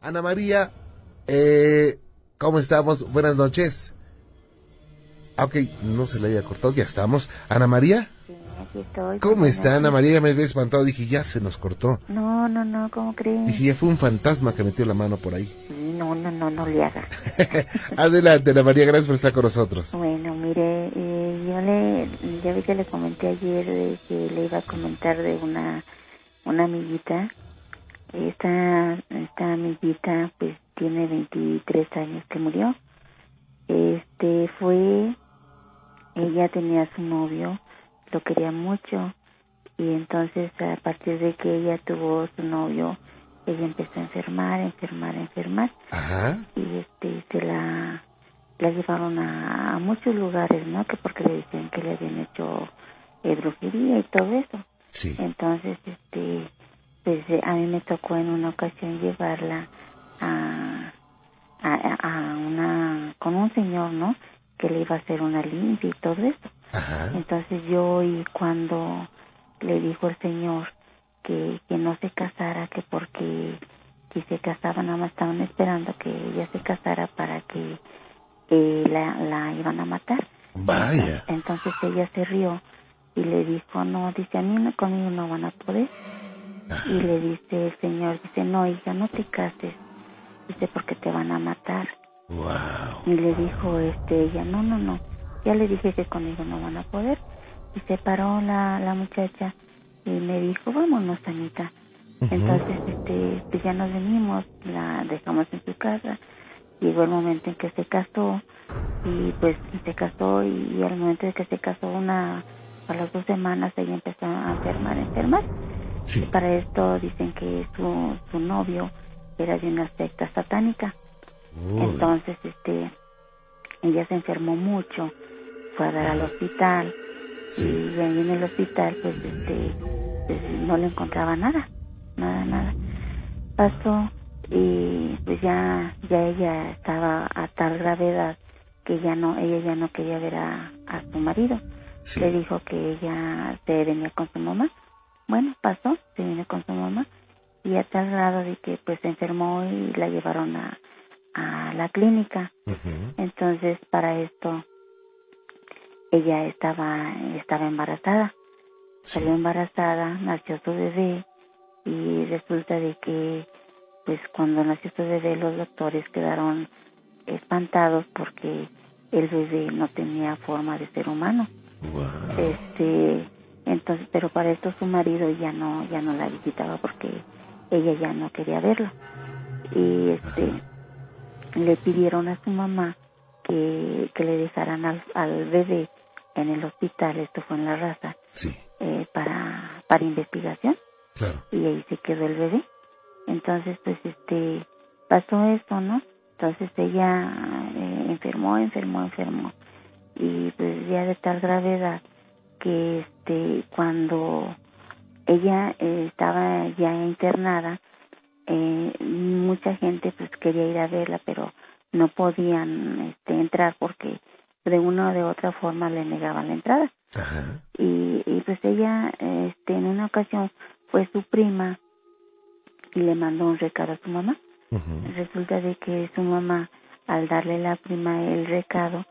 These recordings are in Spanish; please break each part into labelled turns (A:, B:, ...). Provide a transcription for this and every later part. A: Ana María, eh, ¿cómo estamos? Buenas noches. Ah, Ok, no se le haya cortado, ya estamos. Ana María,
B: Sí, aquí estoy.
A: ¿cómo está Ana
B: no?
A: María? Ya me había espantado, dije, ya se nos cortó.
B: No, no, no, ¿cómo crees?
A: Dije, ya fue un fantasma que metió la mano por ahí.
B: Sí, No, no, no, no le haga.
A: Adelante, Ana María, gracias por estar con nosotros.
B: Bueno, mire, eh, yo le, ya vi que le comenté ayer de que le iba a comentar de una, una amiguita. Esta, esta amiguita, pues, tiene 23 años que murió. Este, fue, ella tenía su novio, lo quería mucho. Y entonces, a partir de que ella tuvo su novio, ella empezó a enfermar, enfermar, enfermar
A: Ajá,
B: y este se la, la llevaron a, a muchos lugares, ¿no? Que porque le decían que le habían hecho eh, brujería y todo eso.
A: sí.
B: Entonces, este, pues eh, a mí me tocó en una ocasión llevarla a, a, a una, con un señor, ¿no? Que le iba a hacer una limpia y todo eso.
A: Ajá,
B: Entonces yo y cuando le dijo el señor que, que no se casara, que porque si se casaba nada más estaban esperando que ella se casara para que eh, la, la iban a matar.
A: vaya.
B: Entonces ella se rió y le dijo, no, dice, a mí no, conmigo no van a poder. Y le dice el señor, dice, no, hija, no te cases. Dice, porque te van a matar.
A: Wow.
B: Y le dijo este ella, no, no, no, ya le dije que conmigo no van a poder. Y se paró la, la muchacha y me dijo, vámonos, Anita. Entonces, este, pues ya nos venimos, la dejamos en su casa. Llegó el momento en que se casó y pues se casó y, al momento de que se casó una, a las dos semanas ella empezó a enfermar, a enfermar.
A: Sí.
B: Para esto dicen que su, su novio era de una secta satánica.
A: Uy,
B: Entonces, este, ella se enfermó mucho, fue a dar al hospital
A: sí.
B: y ahí en el hospital, pues, este, pues, no le encontraba nada, nada, nada. Pasó y pues ya, ya ella estaba a tal gravedad que ya no, ella ya no quería ver a, a su marido.
A: Sí.
B: Le dijo que ella se venía con su mamá. Bueno, pasó, se vino con su mamá y a tal grado de que pues se enfermó y la llevaron a, a la clínica.
A: Ujú.
B: Entonces, para esto, ella estaba, estaba embarazada.
A: Sí.
B: Salió embarazada, nació su bebé y resulta de que, pues cuando nació su bebé, los doctores quedaron espantados porque el bebé no tenía forma de ser humano.
A: Wow.
B: Este, entonces, pero para esto su marido ya no, ya no la visitaba porque ella ya no quería verlo. Y este, le pidieron a su mamá que, que le dejaran al, al bebé en el hospital, esto fue en la raza,
A: Sí,
B: eh, para, para investigación
A: claro.
B: y ahí se quedó el bebé. Entonces, pues, este, pasó eso, ¿no? Entonces ella eh, enfermó, enfermó, enfermó. Y pues ya de tal gravedad que, este, cuando ella eh, estaba ya internada, eh, mucha gente pues quería ir a verla, pero no podían este, entrar porque de una o de otra forma le negaban la entrada
A: Ajá.
B: y, y pues ella este en una ocasión fue su prima y le mandó un recado a su mamá
A: Ujú.
B: resulta de que su mamá al darle la prima el recado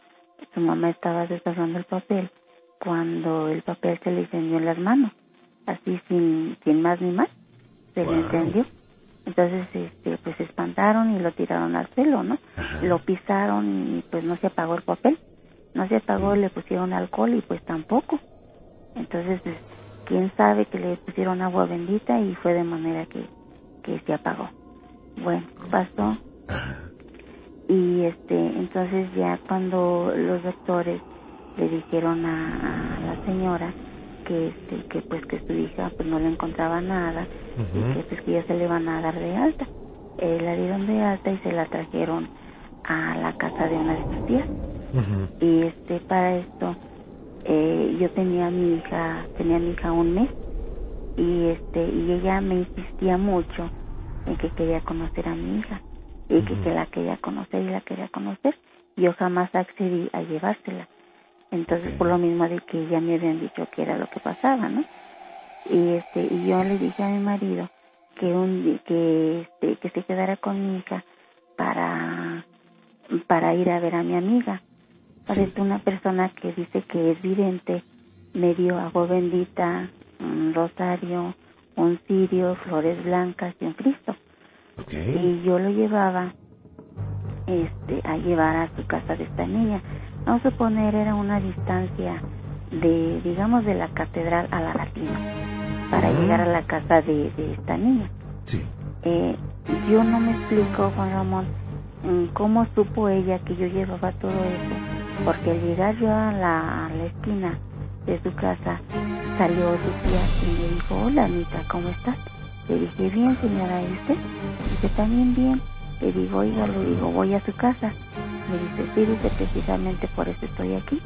B: su mamá estaba desdoblando el papel cuando el papel se le incendió en las manos así sin sin más ni más se
A: Wow.
B: le incendió entonces este pues se espantaron y lo tiraron al suelo no
A: Ajá.
B: lo pisaron y pues no se apagó el papel, no se apagó, le pusieron alcohol y pues tampoco. Entonces, pues, quién sabe que le pusieron agua bendita y fue de manera que, que se apagó. Bueno, pasó
A: Ajá.
B: y este, entonces ya cuando los doctores le dijeron a, a la señora que este, que pues que su hija pues no le encontraba nada y que
A: Ujú.
B: pues que ya se le van a dar de alta. Eh, la dieron de alta y se la trajeron a la casa de una de sus tías.
A: Ujú.
B: Y este, para esto, eh, yo tenía a mi hija, tenía a mi hija un mes y este, y ella me insistía mucho en que quería conocer a mi hija y que,
A: Ujú.
B: que la quería conocer y la quería conocer. Yo jamás accedí a llevársela. Entonces,
A: Ok.
B: por lo mismo de que ya me habían dicho que era lo que pasaba, ¿no? Y este, y yo le dije a mi marido que un que este, que se quedara con mi hija para para ir a ver a mi amiga. Entonces
A: Sí.
B: una persona que dice que es vidente me dio agua bendita, un rosario, un cirio, flores blancas y un Cristo.
A: Ok.
B: Y yo lo llevaba este, a llevar a su casa de esta niña. Vamos a poner era una distancia de, digamos, de la catedral a la latina para
A: Ujú.
B: llegar a la casa de, de esta niña.
A: Sí.
B: Eh, yo no me explico, Juan Ramón, mm, cómo supo ella que yo llevaba todo eso, porque al llegar yo a la, a la esquina de su casa, salió su tía y me dijo, hola Anita, ¿cómo estás? Le dije, bien señora, ¿y usted? Dice, también bien. Le digo, oiga, le digo, voy a su casa. Me dice, sí, dice, precisamente por eso estoy aquí.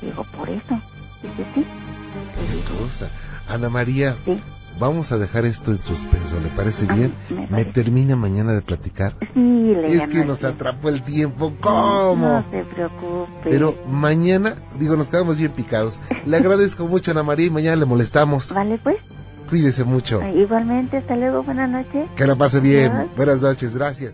B: Digo, ¿por eso? Dice, sí. Le
A: Qué
B: digo,
A: cosa. Ana María,
B: sí.
A: vamos a dejar esto en suspenso, ¿le parece
B: Ah,
A: bien?
B: me
A: Me
B: parece.
A: termina mañana de platicar.
B: Sí, le
A: Es
B: ganó
A: que
B: el
A: nos
B: tiempo.
A: atrapó el tiempo. ¿Cómo?
B: No se preocupe.
A: Pero mañana, digo, nos quedamos bien picados. Le agradezco mucho a Ana María y mañana le molestamos.
B: Vale, pues.
A: Cuídese mucho.
B: Igualmente, hasta luego, buenas noches.
A: Que la pase bien.
B: Adiós.
A: Buenas noches, gracias.